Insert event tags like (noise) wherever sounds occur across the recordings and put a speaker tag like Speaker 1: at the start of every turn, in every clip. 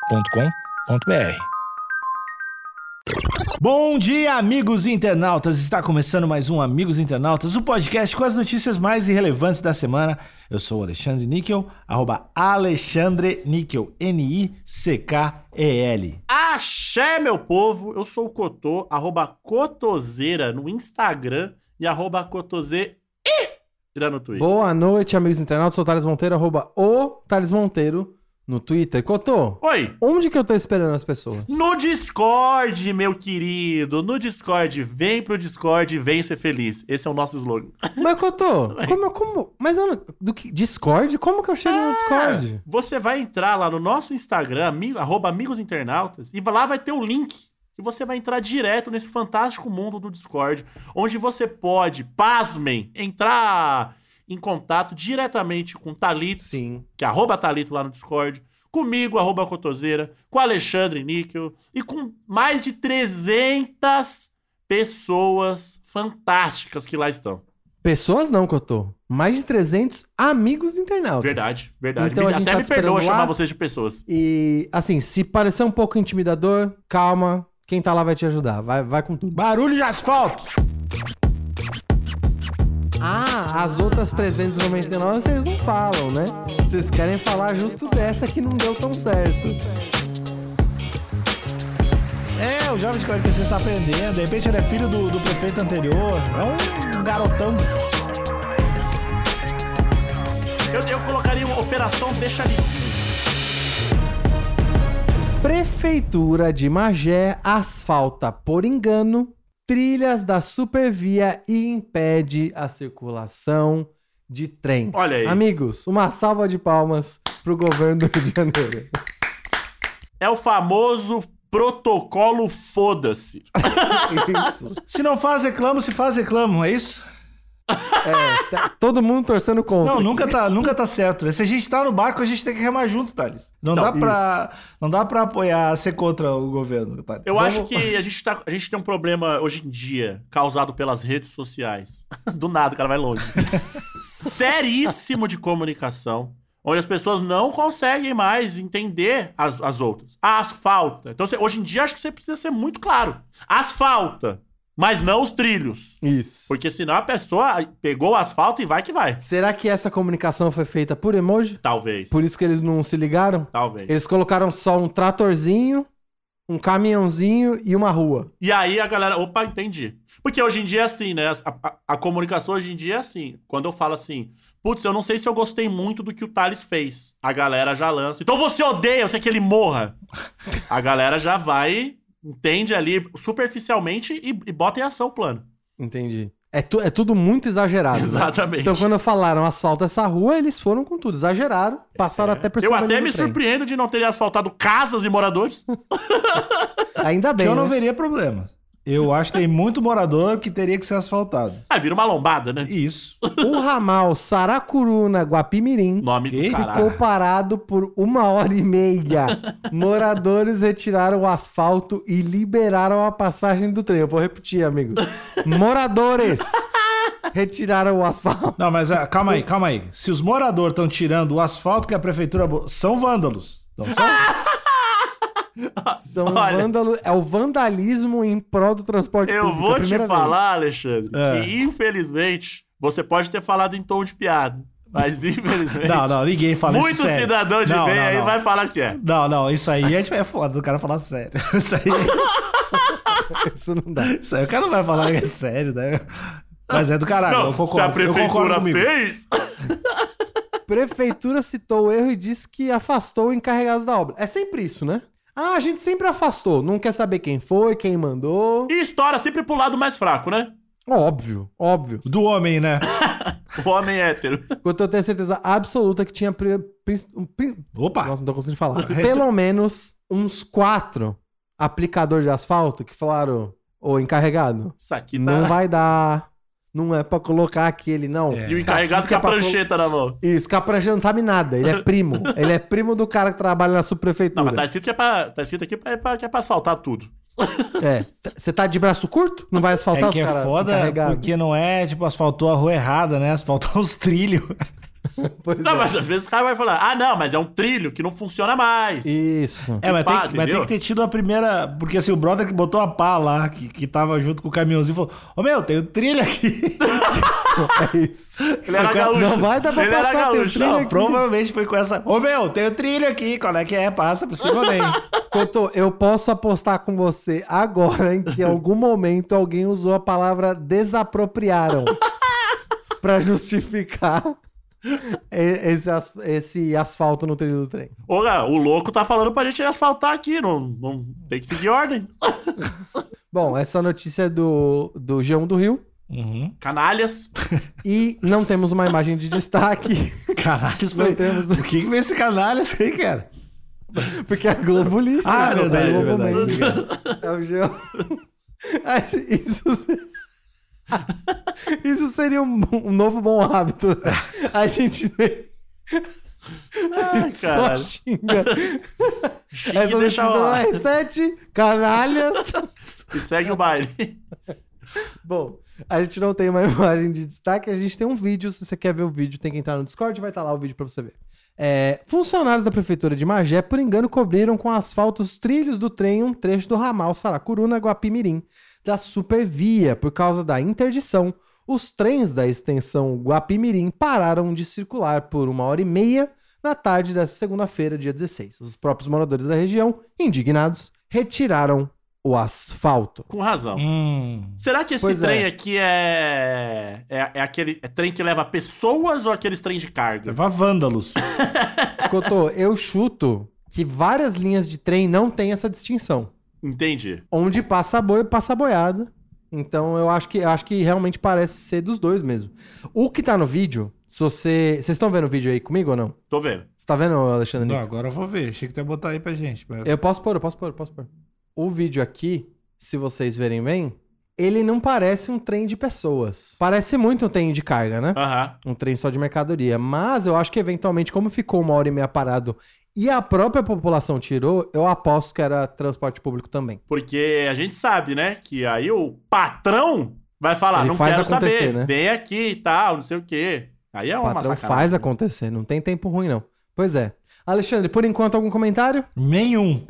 Speaker 1: agenciadepodcast.com.br.
Speaker 2: Bom dia, amigos internautas! Está começando mais um Amigos Internautas, o podcast com as notícias mais irrelevantes da semana. Eu sou o Alexandre Níquel, arroba Alexandre Níquel, N-I-C-K-E-L.
Speaker 3: Axé, meu povo! Eu sou o Cotô, arroba Cotoseira no Instagram e arroba Cotoseira no Twitter.
Speaker 4: Boa noite, amigos internautas. Sou o Thales Monteiro, arroba o Thales Monteiro no Twitter. Cotô,
Speaker 3: Oi!
Speaker 4: onde que eu tô esperando
Speaker 3: (laughs)
Speaker 4: as pessoas?
Speaker 3: No Discord, meu querido! No Discord, vem pro Discord, vem ser feliz. Esse é o nosso slogan.
Speaker 4: Mas, Cotô, como, eu- como. Mas eu não- do que. Discord? Como que eu chego no Discord?
Speaker 3: Você vai entrar lá no nosso Instagram, ami- arroba Amigos Internautas, e lá vai ter o link. E você vai entrar direto nesse fantástico mundo do Discord, onde você pode, pasmem, entrar em contato diretamente com o Thalito,
Speaker 4: Sim.
Speaker 3: que é arroba Thalito lá no Discord, comigo, arroba Cotoseira, com Alexandre Níquel e com mais de 300 pessoas fantásticas que lá estão.
Speaker 4: Pessoas não, Cotô. Mais de 300 amigos internautas.
Speaker 3: Verdade, verdade.
Speaker 4: Então
Speaker 3: Me-
Speaker 4: a gente
Speaker 3: até
Speaker 4: tá
Speaker 3: me
Speaker 4: te
Speaker 3: perdoa
Speaker 4: esperando
Speaker 3: chamar
Speaker 4: lá.
Speaker 3: vocês de pessoas.
Speaker 4: E, assim, se parecer um pouco intimidador, calma. Quem tá lá vai te ajudar. Vai, vai com tudo.
Speaker 2: Barulho de asfalto!
Speaker 4: Ah, as outras 399 vocês não falam, né? Vocês querem falar justo dessa que não deu tão certo.
Speaker 2: É, o jovem de 46 está aprendendo, de repente ele é filho do, do prefeito anterior, é um garotão.
Speaker 4: É.
Speaker 3: Eu, eu colocaria uma operação deixa ali sujo.
Speaker 4: Prefeitura de Magé asfalta por engano trilhas da supervia e impede a circulação de trens.
Speaker 3: Olha aí.
Speaker 4: Amigos, uma salva de palmas pro governo do Rio de Janeiro.
Speaker 3: É o famoso protocolo foda-se.
Speaker 4: Isso.
Speaker 2: Se não faz reclamo, se faz reclamo, é isso?
Speaker 4: É, tá todo mundo torcendo contra.
Speaker 2: Não, nunca tá, nunca tá certo. Se a gente tá no barco, a gente tem que remar junto, Thales. Não,
Speaker 3: Não,
Speaker 2: dá, pra, não dá pra apoiar, ser contra o governo, Thales.
Speaker 3: Eu
Speaker 2: Vamos-
Speaker 3: acho que a gente, tá, a gente tem um problema hoje em dia causado pelas redes sociais. (laughs) Do nada, o cara vai
Speaker 4: (laughs)
Speaker 3: longe. Seríssimo de comunicação. Onde as pessoas não conseguem mais entender as, as outras. Asfalta. Então, você- hoje em dia, acho que você precisa ser muito claro. Asfalta, mas não os trilhos.
Speaker 4: Isso.
Speaker 3: Porque senão a pessoa pegou o asfalto e vai que vai.
Speaker 4: Será que essa comunicação foi feita por emoji?
Speaker 3: Talvez.
Speaker 4: Por isso que eles não se ligaram?
Speaker 3: Talvez.
Speaker 4: Eles colocaram só um tratorzinho, um caminhãozinho e uma rua.
Speaker 3: E aí a galera, opa, entendi. Porque hoje em dia é assim, né? A, a- a comunicação hoje em dia é assim. Quando eu falo assim, putz, eu não sei se eu gostei muito do que o Thales fez. A galera já lança. Então você odeia, eu sei que ele
Speaker 4: (laughs)
Speaker 3: morra. A galera já vai, entende ali superficialmente e, e bota em ação o plano.
Speaker 4: Entendi. É, tu- é tudo muito exagerado. né?
Speaker 3: Exatamente.
Speaker 4: Então, quando falaram asfalto essa rua, eles foram com tudo. Exageraram, passaram até por
Speaker 3: É. eu
Speaker 4: cima da
Speaker 3: até
Speaker 4: linha
Speaker 3: me
Speaker 4: do trem.
Speaker 3: surpreendo de não terem asfaltado casas e moradores.
Speaker 4: Ainda
Speaker 2: que
Speaker 4: bem.
Speaker 2: eu não
Speaker 4: né?
Speaker 2: veria problema. Eu acho que tem muito morador que teria que ser
Speaker 3: (laughs)
Speaker 2: asfaltado.
Speaker 3: Ah, vira uma lombada, né?
Speaker 2: Isso.
Speaker 4: O ramal Saracuruna Guapimirim
Speaker 3: Nome
Speaker 2: Que?
Speaker 3: do
Speaker 4: ficou
Speaker 3: caralho.
Speaker 4: parado por uma hora e meia. Moradores retiraram o asfalto e liberaram a passagem do trem. Eu vou repetir, amigo. Moradores retiraram
Speaker 3: (laughs)
Speaker 4: o asfalto.
Speaker 2: Não, mas ah, calma aí, calma aí. Se os moradores estão tirando o asfalto que a prefeitura. bo- São vândalos. Não são?
Speaker 3: (laughs)
Speaker 4: São
Speaker 3: Olha.
Speaker 4: vândalo... É o vandalismo em prol do transporte
Speaker 3: Eu
Speaker 4: público, É a
Speaker 3: vou te
Speaker 4: primeira vez.
Speaker 3: falar, Alexandre,
Speaker 2: É.
Speaker 3: que infelizmente você pode ter falado em tom de piada, mas (laughs) infelizmente
Speaker 2: Não, não, ninguém fala
Speaker 3: muito
Speaker 2: isso. sério.
Speaker 3: cidadão de
Speaker 2: Não,
Speaker 3: bem
Speaker 2: não,
Speaker 3: aí
Speaker 2: não.
Speaker 3: vai falar que é.
Speaker 2: Não, não, isso aí é, tipo, é foda do cara falar sério. (laughs) Isso aí,
Speaker 4: Isso não dá.
Speaker 2: isso aí o cara não vai falar que é sério, né? Mas é do caralho, eu
Speaker 3: não,
Speaker 2: concordo.
Speaker 3: se a
Speaker 2: eu concordo
Speaker 3: prefeitura
Speaker 2: comigo.
Speaker 3: fez,
Speaker 4: Prefeitura citou o erro e disse que afastou o encarregado da obra. É sempre isso, né? Ah, a gente sempre afastou. Não quer saber quem foi, quem mandou.
Speaker 3: e estoura sempre pro lado mais fraco, né?
Speaker 4: Óbvio, óbvio.
Speaker 2: Do homem, né?
Speaker 3: O homem hétero.
Speaker 4: Quanto eu tenho certeza absoluta que tinha. pri- pri- um pri-
Speaker 2: Opa!
Speaker 4: Nossa, não tô conseguindo falar. Pelo menos uns quatro aplicadores de asfalto que falaram: Ô encarregado,
Speaker 3: Isso aqui tá...
Speaker 4: não vai dar. Não é pra colocar aquele, não.
Speaker 2: É.
Speaker 3: E o encarregado
Speaker 4: Tá,
Speaker 3: com a
Speaker 4: fica pra
Speaker 3: prancheta na mão.
Speaker 4: Isso, que a prancha não sabe nada. Ele é primo. Ele é primo do cara que trabalha na
Speaker 3: Não,
Speaker 4: subprefeitura.
Speaker 3: mas tá escrito que é pra, tá escrito aqui pra, pra- que é pra asfaltar tudo.
Speaker 4: É, você tá de braço curto? Não vai asfaltar
Speaker 2: É
Speaker 4: os
Speaker 2: que é
Speaker 4: caras
Speaker 2: foda
Speaker 4: encarregados?
Speaker 2: (laughs) porque não é, tipo, asfaltou a rua errada, né? Asfaltou os trilhos.
Speaker 4: Pois
Speaker 3: Não,
Speaker 4: é.
Speaker 3: mas às vezes o cara vai falar, ah, não, mas é um trilho que não funciona mais.
Speaker 4: Isso.
Speaker 2: É, mas, tem, que-
Speaker 3: Pá,
Speaker 2: mas tem
Speaker 3: entendeu?
Speaker 2: que ter tido a primeira. Porque assim, o brother que botou a pá lá, que, que tava junto com o caminhãozinho, falou: Ô meu, tem o trilho (laughs) aqui.
Speaker 4: É isso.
Speaker 3: Ele era gaúcho.
Speaker 4: Não vai dar pra
Speaker 3: Ele era
Speaker 4: passar teu
Speaker 3: gaúcho.
Speaker 4: trilho
Speaker 3: Não,
Speaker 2: Não,
Speaker 4: aqui.
Speaker 2: provavelmente foi com essa. Ô meu, tem o trilho aqui, qual é que é? Passa por cima dele.
Speaker 4: Cotô, eu posso apostar com você agora em que em algum momento alguém usou a palavra (laughs) desapropriaram pra justificar e- esse, as- esse asfalto no trilho do trem.
Speaker 3: Ô, cara, o louco tá falando pra gente asfaltar aqui, não, não tem que seguir ordem.
Speaker 4: Bom, essa notícia é do, do G1 do Rio.
Speaker 2: Uhum.
Speaker 3: Canalhas.
Speaker 4: E não temos uma imagem de destaque,
Speaker 2: (laughs) Caralho, isso
Speaker 4: Não
Speaker 2: foi.
Speaker 4: temos.
Speaker 2: O que que foi esse canalha isso aí, cara?
Speaker 4: porque a Globo lixa.
Speaker 2: Ah,
Speaker 4: né?
Speaker 2: verdade,
Speaker 4: A Globo
Speaker 2: verdade,
Speaker 4: mente. É o G1. Ah, Isso, se- Isso seria um, um novo bom hábito. A gente
Speaker 3: Ai,
Speaker 4: (laughs) só
Speaker 3: cara.
Speaker 4: xinga.
Speaker 3: Tinha que
Speaker 4: Essa
Speaker 3: deixar
Speaker 4: notícia
Speaker 3: lá.
Speaker 4: lá é 7 canalhas.
Speaker 3: E segue o baile. (laughs)
Speaker 4: Bom, a gente não tem uma (laughs) imagem de destaque, a gente tem um vídeo. Se você quer ver o vídeo, tem que entrar no Discord, vai estar lá o vídeo pra você ver. É, funcionários da prefeitura de Magé, por engano, cobriram com asfalto os trilhos do trem em um trecho do ramal Saracuruna-Guapimirim da Supervia. Por causa da interdição, os trens da extensão Guapimirim pararam de circular por uma hora e meia na tarde desta segunda-feira, dia 16. Os próprios moradores da região, indignados, retiraram o asfalto.
Speaker 3: Com razão.
Speaker 2: Hum.
Speaker 3: Será que esse
Speaker 4: Pois
Speaker 3: trem
Speaker 4: é.
Speaker 3: aqui é... é. é aquele é trem que leva pessoas ou aqueles trem de carga?
Speaker 2: Levar vândalos.
Speaker 4: Cotô, eu chuto que várias linhas de trem não têm essa distinção.
Speaker 3: Entendi.
Speaker 4: Onde passa boi, passa boiada. Então eu acho que eu acho que realmente parece ser dos dois mesmo. O que tá no vídeo, se você. Vocês estão vendo o vídeo aí comigo ou não?
Speaker 3: Tô vendo.
Speaker 4: Você tá vendo, Alexandre?
Speaker 2: Não,
Speaker 4: Nico?
Speaker 2: agora eu vou ver. Achei que tu ia botar aí pra gente. mas-
Speaker 4: Eu posso pôr, eu posso pôr, eu posso pôr. O vídeo aqui, se vocês verem bem, ele não parece um trem de pessoas. Parece muito um trem de carga, né?
Speaker 3: Aham.
Speaker 4: um trem só de mercadoria. Mas eu acho que eventualmente, como ficou uma hora e meia parado e a própria população tirou, eu aposto que era transporte público também.
Speaker 3: Porque a gente sabe, né? Que aí o patrão vai falar,
Speaker 4: Ele
Speaker 3: não
Speaker 4: faz
Speaker 3: quero
Speaker 4: acontecer,
Speaker 3: saber,
Speaker 4: né?
Speaker 3: vem aqui e tal, não sei o quê. Aí é
Speaker 4: O
Speaker 3: uma
Speaker 4: patrão
Speaker 3: sacanagem.
Speaker 4: faz acontecer, não tem tempo ruim não. Pois é. Alexandre, por enquanto, algum comentário?
Speaker 2: Nenhum.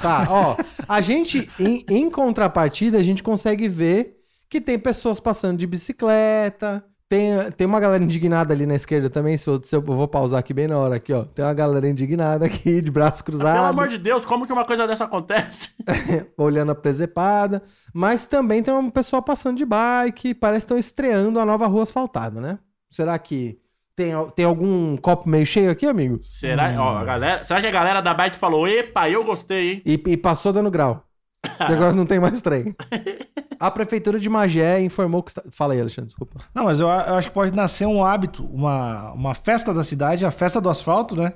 Speaker 4: Tá, ó. A gente, em, em contrapartida, a gente consegue ver que tem pessoas passando de bicicleta. Tem, tem uma galera indignada ali na esquerda também. Se eu, se eu- eu vou pausar aqui bem na hora aqui, ó. Tem uma galera indignada aqui, de braço cruzado.
Speaker 3: Ah, Pelo amor de Deus, como que uma coisa dessa acontece? (laughs)
Speaker 4: olhando a presepada, mas também tem um pessoal passando de bike, parece que estão estreando a nova rua asfaltada, né? Será que tem, al- tem algum copo meio cheio aqui, amigos?
Speaker 3: Será, ó, a galera, será que a galera da bike falou, epa, eu gostei, hein?
Speaker 4: E, e passou dando grau. E agora não tem mais trem. A prefeitura de Magé informou que... está- Fala aí, Alexandre, desculpa.
Speaker 2: Não, mas eu, a- eu acho que pode nascer um hábito, uma, uma festa da cidade, a festa do asfalto, né?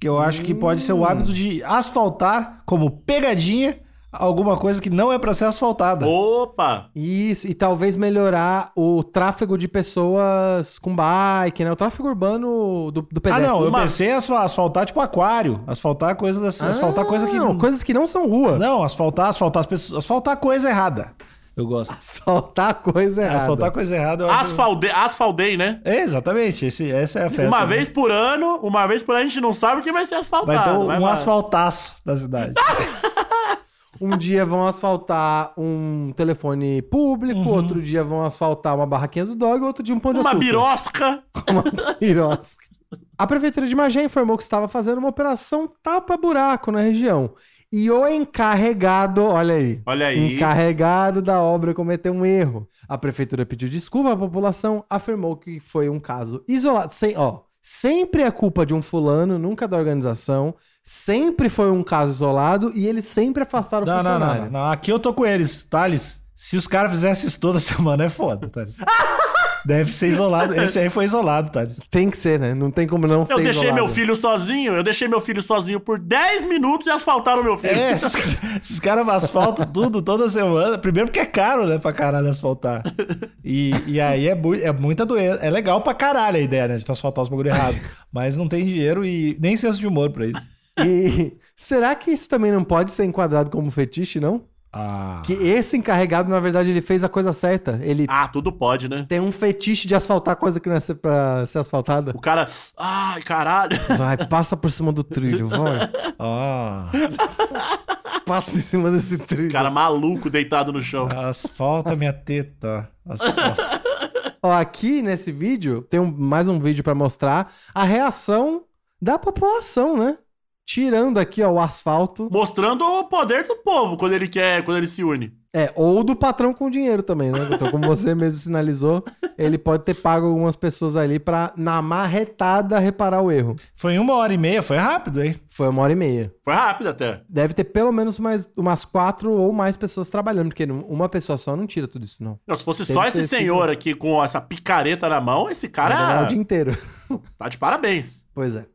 Speaker 2: Que eu acho que pode ser o hábito de asfaltar como pegadinha alguma coisa que não é pra ser asfaltada.
Speaker 3: Opa!
Speaker 4: Isso, e talvez melhorar o tráfego de pessoas com bike, né? O tráfego urbano do, do
Speaker 2: ah,
Speaker 4: pedestre.
Speaker 2: não, eu
Speaker 3: uma-
Speaker 2: pensei em asfa- asfaltar tipo aquário, asfaltar coisa da, asfaltar
Speaker 4: Ah,
Speaker 2: coisa que não,
Speaker 4: Coisas que não são rua.
Speaker 2: não, asfaltar, asfaltar as pessoas, asfaltar coisa errada. Eu gosto.
Speaker 4: Asfaltar coisa é errada.
Speaker 2: Asfaltar coisa errada.
Speaker 4: Uhum.
Speaker 2: Eu acho...
Speaker 3: Asfalde, asfaldei, né?
Speaker 2: É, exatamente, esse, essa é a festa.
Speaker 3: Uma
Speaker 2: né?
Speaker 3: vez por ano, uma vez por ano a gente não sabe o que vai ser
Speaker 2: Vai ter
Speaker 3: asfaltado.
Speaker 2: um,
Speaker 3: né,
Speaker 2: um
Speaker 3: mano?
Speaker 2: asfaltaço da cidade.
Speaker 4: Um dia vão asfaltar um telefone público, outro dia vão asfaltar uma barraquinha do dog, outro dia um pão de
Speaker 3: Uma
Speaker 4: açúcar.
Speaker 3: birosca.
Speaker 4: Uma (laughs) birosca. A prefeitura de Magé informou que estava fazendo uma operação tapa-buraco na região. E o encarregado, olha aí,
Speaker 3: Olha
Speaker 2: Um
Speaker 3: aí.
Speaker 4: encarregado da obra cometeu um erro. A prefeitura pediu desculpa à população, afirmou que foi um caso isolado. Sem, ó, sempre é culpa de um fulano, nunca da organização. Sempre foi um caso isolado e eles sempre afastaram o
Speaker 2: Não, não,
Speaker 4: funcionário.
Speaker 2: não, não, não. Aqui eu tô com eles, Thales. Se os caras fizessem isso toda (laughs) semana, é foda, Thales. Deve ser isolado. Esse aí foi isolado, Thales.
Speaker 4: Tem que ser, né? Não tem como não ser
Speaker 3: Eu deixei
Speaker 4: isolado.
Speaker 3: meu filho sozinho, eu deixei meu filho sozinho por 10 minutos e asfaltaram meu filho.
Speaker 2: É, esses, caras- esses caras asfaltam tudo toda semana. Primeiro porque é caro, né, pra caralho asfaltar. E, e aí é, bui- é muita doença. É legal pra caralho a ideia, né, de tu asfaltar os bagulho errado. Mas não tem dinheiro e nem senso de humor pra isso.
Speaker 4: E será que isso também não pode ser enquadrado como fetiche, não?
Speaker 2: Ah.
Speaker 4: Que esse encarregado, na verdade, ele fez a coisa certa. Ele
Speaker 3: Ah, tudo pode, né?
Speaker 4: tem um fetiche de asfaltar coisa que não é ser pra ser asfaltada.
Speaker 3: O cara. Ai, caralho.
Speaker 4: (laughs) Vai, passa por cima do trilho, vai.
Speaker 2: Ah,
Speaker 4: Passa em cima desse trilho.
Speaker 3: Cara maluco deitado no chão.
Speaker 2: asfalta minha teta. Asfalta.
Speaker 4: Ó, aqui nesse vídeo tem um- mais um vídeo pra mostrar a reação da população, né? Tirando aqui ó, o asfalto,
Speaker 3: Mostrando o poder do povo quando ele quer, quando ele se une.
Speaker 4: é ou do patrão com dinheiro também, né? Então, como você mesmo sinalizou, ele pode ter pago algumas pessoas ali pra na marretada reparar o erro.
Speaker 2: Foi uma hora e meia, foi rápido, hein?
Speaker 4: Foi uma hora e meia.
Speaker 3: Foi rápido até.
Speaker 4: Deve ter pelo menos mais umas quatro ou mais pessoas trabalhando, porque não- uma pessoa só não tira tudo isso, não.
Speaker 3: Não, se fosse
Speaker 4: Deve
Speaker 3: só
Speaker 4: ter
Speaker 3: esse
Speaker 4: sido.
Speaker 3: senhor aqui com essa picareta na mão, esse
Speaker 4: Era o
Speaker 3: cara
Speaker 4: dia inteiro. (laughs)
Speaker 3: tá de parabéns.
Speaker 4: Pois é.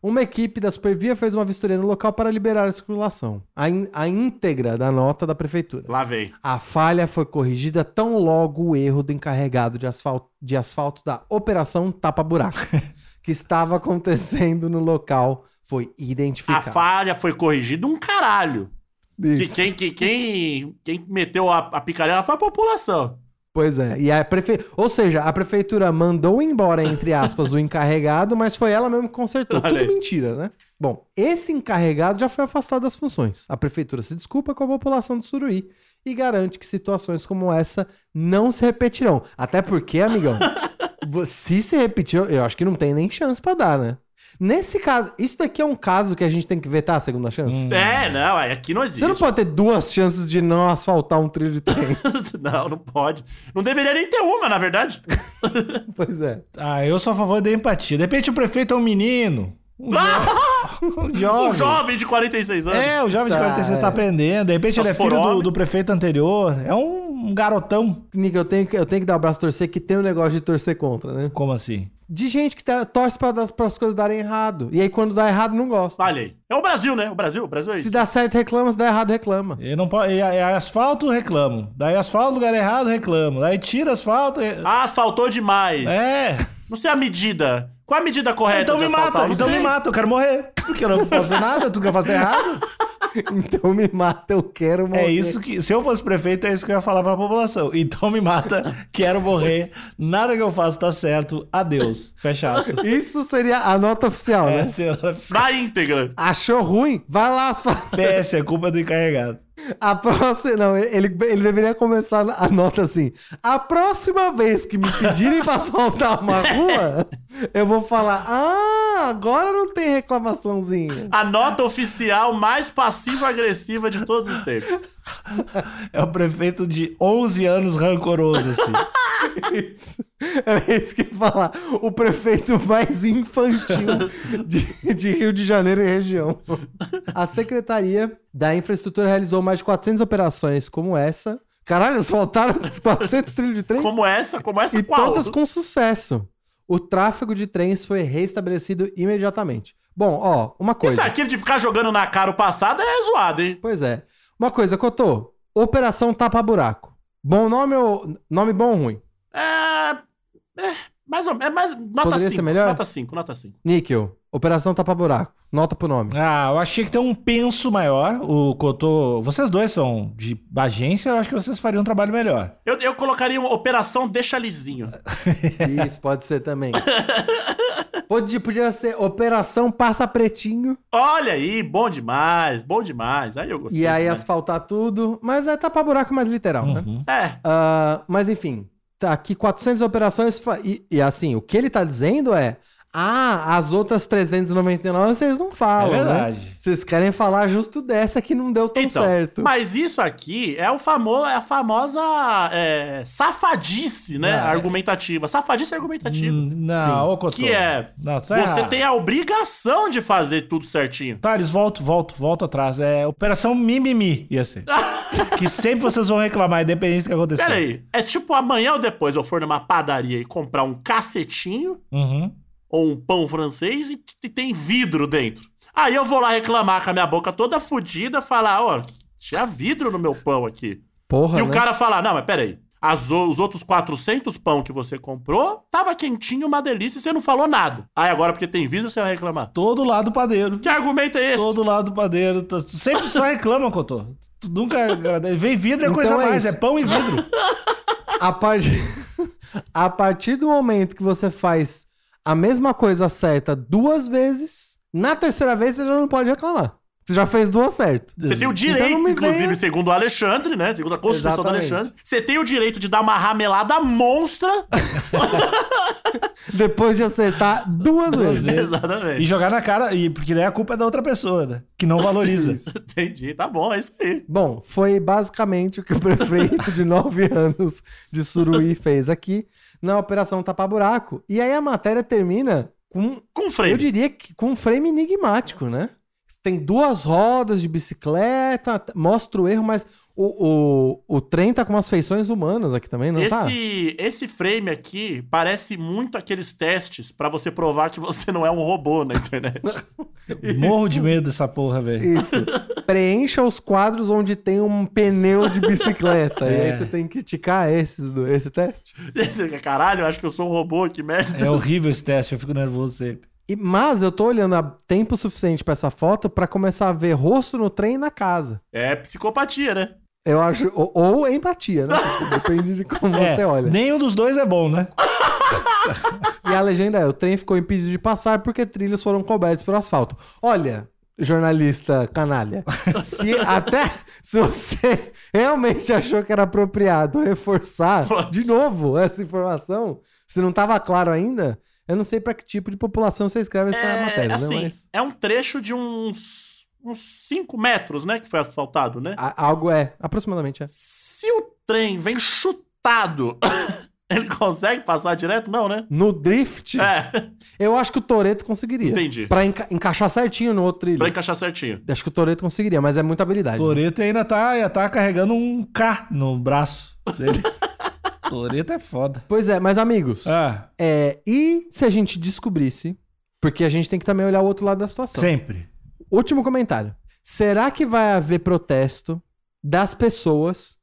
Speaker 4: Uma equipe da Supervia fez uma vistoria no local para liberar a circulação. A, in- a íntegra da nota da prefeitura.
Speaker 3: Lá vem.
Speaker 4: A falha foi corrigida tão logo o erro do encarregado de asfalto, de asfalto da Operação Tapa Buraco, que estava acontecendo no local, foi
Speaker 3: A
Speaker 4: identificado.
Speaker 3: falha foi corrigida um caralho. Que
Speaker 4: Isso.
Speaker 3: quem, que quem, quem meteu a, a picareta foi a população.
Speaker 4: Pois é. E a prefe... Ou seja, a prefeitura mandou embora, entre
Speaker 3: (laughs)
Speaker 4: aspas, o encarregado, mas foi ela mesma que consertou.
Speaker 3: Olha aí.
Speaker 4: Tudo mentira, né? Bom, esse encarregado já foi afastado das funções. A prefeitura se desculpa com a população de Suruí e garante que situações como essa não se repetirão. Até
Speaker 3: (laughs)
Speaker 4: porque, amigão, vo- se se repetir, eu acho que não tem nem chance pra dar, né? Nesse caso, isso daqui é um caso que a gente tem que vetar a segunda chance?
Speaker 2: Hum.
Speaker 3: É, não, aí aqui não existe.
Speaker 4: Você não pode ter duas chances de não asfaltar um trilho de trem. (laughs)
Speaker 3: (laughs) não, não pode. Não deveria nem ter uma, na verdade.
Speaker 4: pois é.
Speaker 2: Ah, eu sou a favor da empatia. De repente o prefeito é um menino. Um, jo- um jovem.
Speaker 3: Ah, Um jovem de 46 anos.
Speaker 2: É, o jovem de
Speaker 4: Tá,
Speaker 2: 46 tá
Speaker 4: é.
Speaker 2: aprendendo. De repente ele é
Speaker 3: Mas for
Speaker 2: filho do,
Speaker 3: homem.
Speaker 2: do prefeito anterior. É um garotão.
Speaker 4: Nick, eu tenho, que, eu tenho que dar um abraço a torcer, que tem um negócio de torcer contra, né?
Speaker 2: Como assim?
Speaker 4: De gente que tá- torce pra das, pras coisas darem errado. E aí, quando dá errado, não gosta.
Speaker 3: Olha aí. É o Brasil, né? O Brasil, o Brasil é
Speaker 4: Se
Speaker 3: isso.
Speaker 4: dá certo, reclama. Se dá errado,
Speaker 2: (laughs)
Speaker 4: reclama.
Speaker 2: Ele não pode, é, é asfalto, reclamo. Daí asfalto, lugar errado, reclamo. Daí tira asfalto. re-
Speaker 3: Ah, asfaltou
Speaker 2: (laughs)
Speaker 3: demais.
Speaker 2: É.
Speaker 3: Não sei a medida. Qual a medida correta
Speaker 2: então
Speaker 3: de
Speaker 2: me
Speaker 3: asfaltar?
Speaker 2: mata,
Speaker 3: Não
Speaker 2: então
Speaker 3: sei.
Speaker 2: me mata, eu quero morrer. Porque eu não posso fazer nada, tudo que eu faço tá errado. (laughs)
Speaker 4: Então me mata, eu quero morrer.
Speaker 2: É isso que. Se eu fosse prefeito, é isso que eu ia falar pra população. Então me mata, quero morrer. Nada que eu faço tá certo. Adeus. Fecha aspas.
Speaker 4: Isso seria a nota oficial,
Speaker 2: (laughs) É,
Speaker 4: né?
Speaker 2: sei (laughs) lá,
Speaker 3: Na íntegra.
Speaker 4: Achou ruim? Vai lá. asfa-
Speaker 2: PS, é culpa do encarregado.
Speaker 4: A próxima. Não, ele, ele deveria começar a nota assim. A próxima vez que me
Speaker 2: (laughs)
Speaker 4: pedirem pra asfaltar uma rua, eu vou falar: Ah, agora não tem reclamaçãozinha.
Speaker 3: A nota oficial mais passiva-agressiva de todos os tempos.
Speaker 2: É o prefeito de 11 anos rancoroso, assim.
Speaker 4: É Isso. Era isso que eu ia falar. O prefeito mais infantil de, de Rio de Janeiro e região. A Secretaria da Infraestrutura realizou mais de 400 operações como essa. Caralho, asfaltaram 400 trilhos de trem?
Speaker 3: Como essa, como essa,
Speaker 4: e
Speaker 3: qual?
Speaker 4: todas com sucesso. O tráfego de trens foi reestabelecido imediatamente. Bom, ó, uma
Speaker 3: Isso
Speaker 4: coisa.
Speaker 3: aqui de ficar jogando na cara o passado é zoado, hein?
Speaker 4: Pois é. Uma coisa, Cotô. Operação Tapa Buraco. Bom nome ou... Nome bom ou ruim?
Speaker 3: É. É, mais ou menos. É mais, nota
Speaker 4: Poderia ser
Speaker 3: 5.
Speaker 4: melhor?
Speaker 3: Nota 5, nota 5.
Speaker 4: Níquel. Operação Tapa Buraco. Nota pro nome.
Speaker 2: (laughs) Ah, eu achei que tem um penso maior. O Cotô. Vocês dois são de agência, eu acho que vocês fariam um trabalho melhor.
Speaker 3: Eu, eu colocaria uma operação deixa lisinho.
Speaker 4: Isso, pode ser
Speaker 2: (laughs)
Speaker 4: também. Podia, podia ser Operação Passa Pretinho
Speaker 3: Olha aí, bom demais, bom demais. Aí eu gostei.
Speaker 4: e aí
Speaker 3: né?
Speaker 4: asfaltar tudo, mas é tapar buraco mais literal, né?
Speaker 2: Uhum.
Speaker 3: É,
Speaker 4: Ah, mas enfim, tá aqui 400 operações fa- e, e assim, o que ele tá dizendo é: ah, as outras 399 vocês não
Speaker 2: É
Speaker 4: falam, né?
Speaker 2: verdade.
Speaker 4: Vocês querem falar justo dessa que não deu tão
Speaker 3: então.
Speaker 4: certo.
Speaker 3: Mas isso aqui é, o famo, é a famosa é, safadice, né?
Speaker 2: Ah, é.
Speaker 3: argumentativa. Safadice argumentativa.
Speaker 2: Hum, Não, ô Cotô.
Speaker 3: que é.
Speaker 2: Não, tá
Speaker 3: Você
Speaker 2: errado.
Speaker 3: tem a obrigação de fazer tudo certinho.
Speaker 2: Thales, volto, volto, volto atrás. É Operação Mimimi, ia
Speaker 3: (laughs)
Speaker 2: ser. que sempre vocês vão reclamar, independente do que acontecer.
Speaker 3: Pera aí, é tipo amanhã ou depois eu for numa padaria e comprar um cacetinho
Speaker 2: Uhum.
Speaker 3: ou um pão francês e t- tem vidro dentro. Aí eu vou lá reclamar com a minha boca toda fodida, falar, ó, tinha vidro no meu pão aqui.
Speaker 4: Porra,
Speaker 3: E
Speaker 4: né?
Speaker 3: o cara falar, não, mas peraí. As o- os outros 400 pão que você comprou, tava quentinho, uma delícia, e você não falou nada. Aí agora, porque tem vídeo, você vai reclamar.
Speaker 2: Todo lado padeiro.
Speaker 3: Que argumento é esse?
Speaker 2: Todo lado padeiro. Tu- tu Sempre só reclama, Cotô. Tu nunca agradece. Vem vidro é
Speaker 4: Então
Speaker 2: coisa
Speaker 4: é
Speaker 2: mais,
Speaker 4: isso.
Speaker 2: é pão e vidro.
Speaker 4: A, parti- (laughs) a partir do momento que você faz a mesma coisa certa duas vezes, na terceira vez você já não pode reclamar. Você já fez duas certas.
Speaker 3: Você tem o direito,
Speaker 4: Então não me
Speaker 3: inclusive,
Speaker 4: venha-
Speaker 3: segundo o Alexandre, né? Segundo a Constituição
Speaker 4: Exatamente.
Speaker 3: do Alexandre, você tem o direito de dar uma ramelada monstra.
Speaker 4: Depois de acertar
Speaker 3: (laughs)
Speaker 4: duas
Speaker 2: Duas
Speaker 4: vezes.
Speaker 2: vezes. E
Speaker 3: Exatamente.
Speaker 2: jogar na cara, e, porque daí a culpa é da outra pessoa, né? Que não (laughs) valoriza.
Speaker 3: Entendi, tá bom, é isso aí.
Speaker 4: Bom, foi basicamente o que o prefeito de nove (laughs) anos de Suruí fez aqui na Operação Tapa Buraco. E aí a matéria termina com
Speaker 3: Com
Speaker 4: Eu
Speaker 3: freio.
Speaker 4: diria que com um frame enigmático, né? Tem duas rodas de bicicleta, t- mostra o erro, mas o, o, o trem tá com umas feições humanas aqui também, não tá?
Speaker 3: Esse, esse frame aqui parece muito aqueles testes pra você provar que você não é um robô na internet.
Speaker 2: Morro de medo dessa porra, velho.
Speaker 4: Isso. (laughs) Preencha os quadros onde tem um pneu de bicicleta. E aí
Speaker 2: (laughs) É.
Speaker 4: você tem que ticar esses do, esse teste.
Speaker 3: (laughs) Caralho, eu acho que eu sou um robô, que merda.
Speaker 2: É horrível esse teste, eu fico nervoso sempre.
Speaker 4: E- mas eu tô olhando há tempo suficiente pra essa foto pra começar a ver rosto no trem e na casa.
Speaker 3: É psicopatia, né?
Speaker 4: Eu acho. Ou, ou empatia, né? (laughs) Depende de como
Speaker 2: É,
Speaker 4: você olha.
Speaker 2: Nenhum dos dois é bom, né?
Speaker 4: E a legenda é: o trem ficou impedido de passar porque trilhos foram cobertos por asfalto. Olha, jornalista canalha,
Speaker 3: (laughs)
Speaker 4: se até se você realmente achou que era apropriado reforçar de novo essa informação, se não estava claro ainda, eu não sei para que tipo de população você escreve essa
Speaker 3: É,
Speaker 4: matéria,
Speaker 3: assim,
Speaker 4: né? Mas
Speaker 3: é um trecho de uns 5 metros, né? Que foi asfaltado, né?
Speaker 4: a- algo é, aproximadamente é.
Speaker 3: Se o trem vem chutado, (laughs) ele consegue passar direto? Não, né?
Speaker 4: No drift,
Speaker 3: É,
Speaker 4: eu acho que o Toreto conseguiria.
Speaker 3: Entendi.
Speaker 4: Pra enca- encaixar certinho no outro trilho.
Speaker 3: pra encaixar certinho.
Speaker 4: Acho que o Toreto conseguiria, mas é muita habilidade. né?
Speaker 2: Toreto ainda tá, ainda tá carregando um K no braço (laughs) dele. Toreto é foda.
Speaker 4: Pois é, mas amigos.
Speaker 2: Ah,
Speaker 4: É, e se a gente descobrisse, porque a gente tem que também olhar o outro lado da situação.
Speaker 2: sempre.
Speaker 4: Último comentário. Será que vai haver protesto das pessoas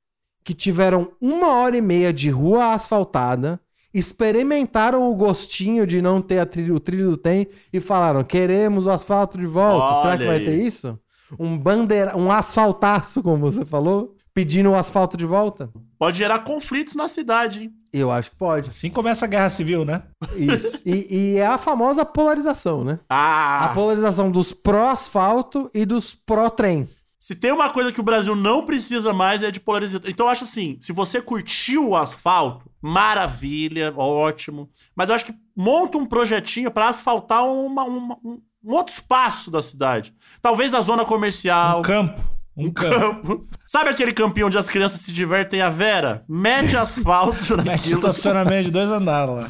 Speaker 4: que tiveram uma hora e meia de rua asfaltada, experimentaram o gostinho de não ter a trilha- o trilho do trem e falaram: queremos o asfalto de volta? Será que
Speaker 3: Olha
Speaker 4: vai
Speaker 3: aí.
Speaker 4: ter isso? Um bandeira, um asfaltaço, como você falou, pedindo o asfalto de volta?
Speaker 3: Pode gerar conflitos na cidade, hein?
Speaker 4: Eu acho que
Speaker 3: (laughs)
Speaker 4: pode.
Speaker 2: Assim começa a guerra civil, né?
Speaker 4: Isso. e, e é a famosa polarização, né? A
Speaker 3: Ah!
Speaker 4: polarização dos pró-asfalto e dos pró-trem. (laughs)
Speaker 3: Se tem uma coisa que o Brasil não precisa mais é de polarização. Então eu acho assim, se você curtiu o asfalto, maravilha, ótimo. Mas eu acho que monta um projetinho pra asfaltar uma- uma- um, um outro espaço da cidade. Talvez a zona comercial.
Speaker 2: Um campo. Um, campo.
Speaker 3: campo. Sabe aquele campinho onde as crianças se divertem a vera? Mete asfalto
Speaker 2: Mete
Speaker 3: naquilo.
Speaker 2: É, estacionamento de dois andares lá.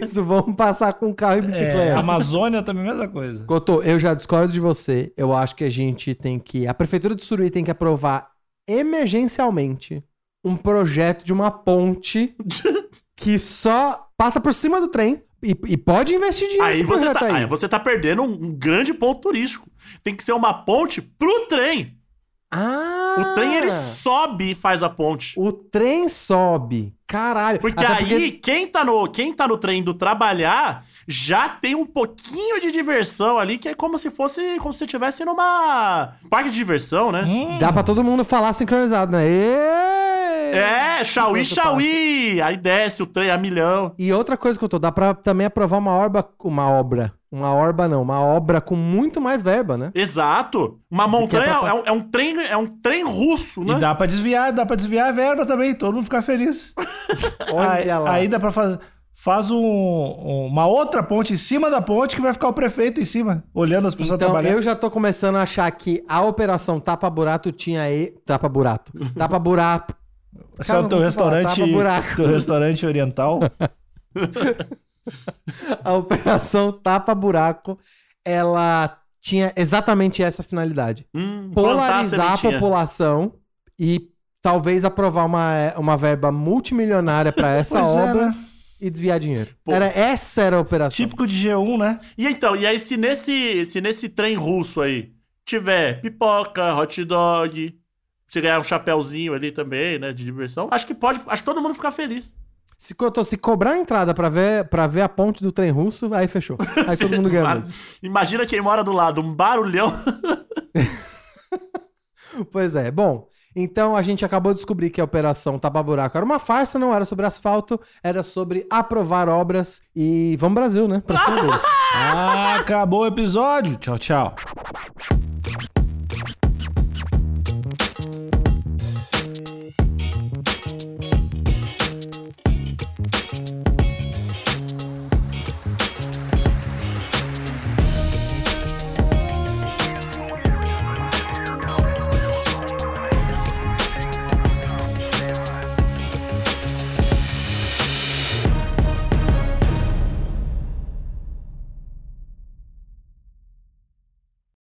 Speaker 4: Isso, vamos passar com carro e
Speaker 2: É,
Speaker 4: bicicleta.
Speaker 2: Amazônia também é a mesma coisa.
Speaker 4: Cotô, eu já discordo de você. Eu acho que a gente tem que. A Prefeitura de Suruí tem que aprovar emergencialmente um projeto de uma
Speaker 3: (laughs)
Speaker 4: ponte que só passa por cima do trem e, e pode investir dinheiro
Speaker 3: Aí
Speaker 4: nesse
Speaker 3: você,
Speaker 4: projeto
Speaker 3: tá, aí você tá perdendo um um grande ponto turístico. Tem que ser uma ponte pro trem.
Speaker 4: Ah!
Speaker 3: O trem ele sobe e faz a ponte.
Speaker 4: O trem sobe. Caralho.
Speaker 3: Porque
Speaker 4: Até
Speaker 3: aí Quem, tá no, quem tá no trem do trabalhar já tem um pouquinho de diversão ali, que é como se fosse como se você estivesse numa parque de diversão, né?
Speaker 2: Hum,
Speaker 4: Dá pra todo mundo falar sincronizado, né? Ê!
Speaker 3: É, Chauí,
Speaker 4: Enquanto passa.
Speaker 3: Chauí! Aí desce o trem a milhão.
Speaker 4: E outra coisa que eu tô, dá pra também aprovar uma orba, uma obra. Uma orba não, uma obra com muito mais verba, né?
Speaker 3: Exato. Uma montanha
Speaker 4: pra
Speaker 3: é,
Speaker 4: passar.
Speaker 3: um, é um trem, é um trem russo,
Speaker 2: E
Speaker 3: né?
Speaker 2: dá pra desviar, dá pra desviar a verba também, todo mundo fica feliz. aí, aí dá pra fazer. Faz um- uma outra ponte em cima da ponte que vai ficar o prefeito em cima, olhando as pessoas
Speaker 4: então,
Speaker 2: trabalhando.
Speaker 4: eu já tô começando a achar que a operação Tapa Burato tinha aí. Tapa
Speaker 2: (laughs)
Speaker 4: Burato. Tapa Buraco.
Speaker 2: Esse é
Speaker 4: Cara,
Speaker 2: o teu
Speaker 4: não consigo falar,
Speaker 2: restaurante,
Speaker 4: tapa buraco.
Speaker 2: teu restaurante oriental.
Speaker 4: A operação Tapa Buraco, ela tinha exatamente essa finalidade:
Speaker 3: Hum,
Speaker 2: Um
Speaker 3: plantar
Speaker 4: polarizar a
Speaker 3: sementinha.
Speaker 4: população e talvez aprovar uma, uma verba
Speaker 2: (laughs)
Speaker 4: multimilionária pra essa
Speaker 2: Pois é,
Speaker 4: obra
Speaker 2: né?
Speaker 4: e desviar dinheiro.
Speaker 3: Pô.
Speaker 4: Era, essa era a operação.
Speaker 2: Típico de G1, né?
Speaker 3: E então, e aí se nesse, se nesse trem russo aí tiver pipoca, hot dog, Você ganhar um chapéuzinho ali também, né? De diversão. Acho que pode. Acho que todo mundo fica feliz.
Speaker 4: Se, co- tô- se cobrar a entrada pra ver, pra ver a ponte do trem russo, aí fechou. Aí todo mundo ganha. mesmo.
Speaker 3: Imagina quem mora do lado, um barulhão.
Speaker 4: Pois é. Bom, então a gente acabou de descobrir que a Operação Tapa-Buraco era uma farsa, não era sobre asfalto, era sobre aprovar obras e vamos Brasil, né? Pra cima deles.
Speaker 2: Ah, acabou o episódio. Tchau, tchau.